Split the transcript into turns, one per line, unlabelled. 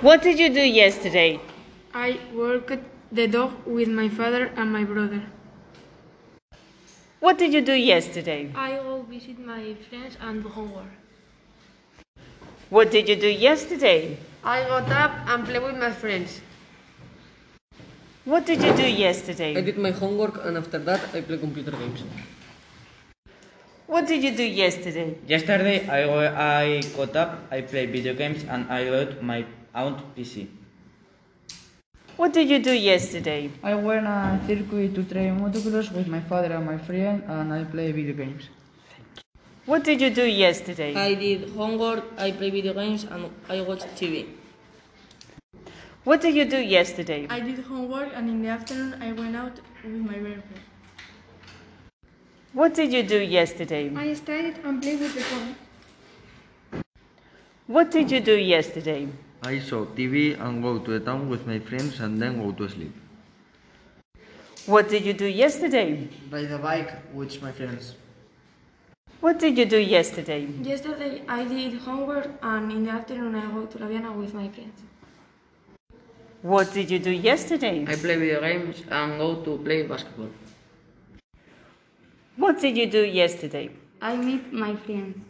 What did you do yesterday?
I worked the dog with my father and my brother.
What did you do yesterday?
I go visit my friends and do homework.
What did you do yesterday?
I got up and play with my friends.
What did you do yesterday?
I did my homework and after that I play computer games.
What did you do yesterday?
Yesterday I, wa- I got up, I played video games and I wrote my own PC.
What did you do yesterday?
I went on a circuit to try motocross with my father and my friend, and I play video games.
What did you do yesterday?
I did homework, I play video games, and I watch TV.
What did you do yesterday?
I did homework and in the afternoon I went out with my girlfriend.
What did you do yesterday?
I studied and played with the phone.
What did you do yesterday?
I saw TV and go to the town with my friends and then go to sleep.
What did you do yesterday?
By the bike with my friends.
What did you do yesterday?
Yesterday I did homework and in the afternoon I go to La Viana with my friends.
What did you do yesterday?
I play video games and go to play basketball.
What did you do yesterday?
I meet my friends.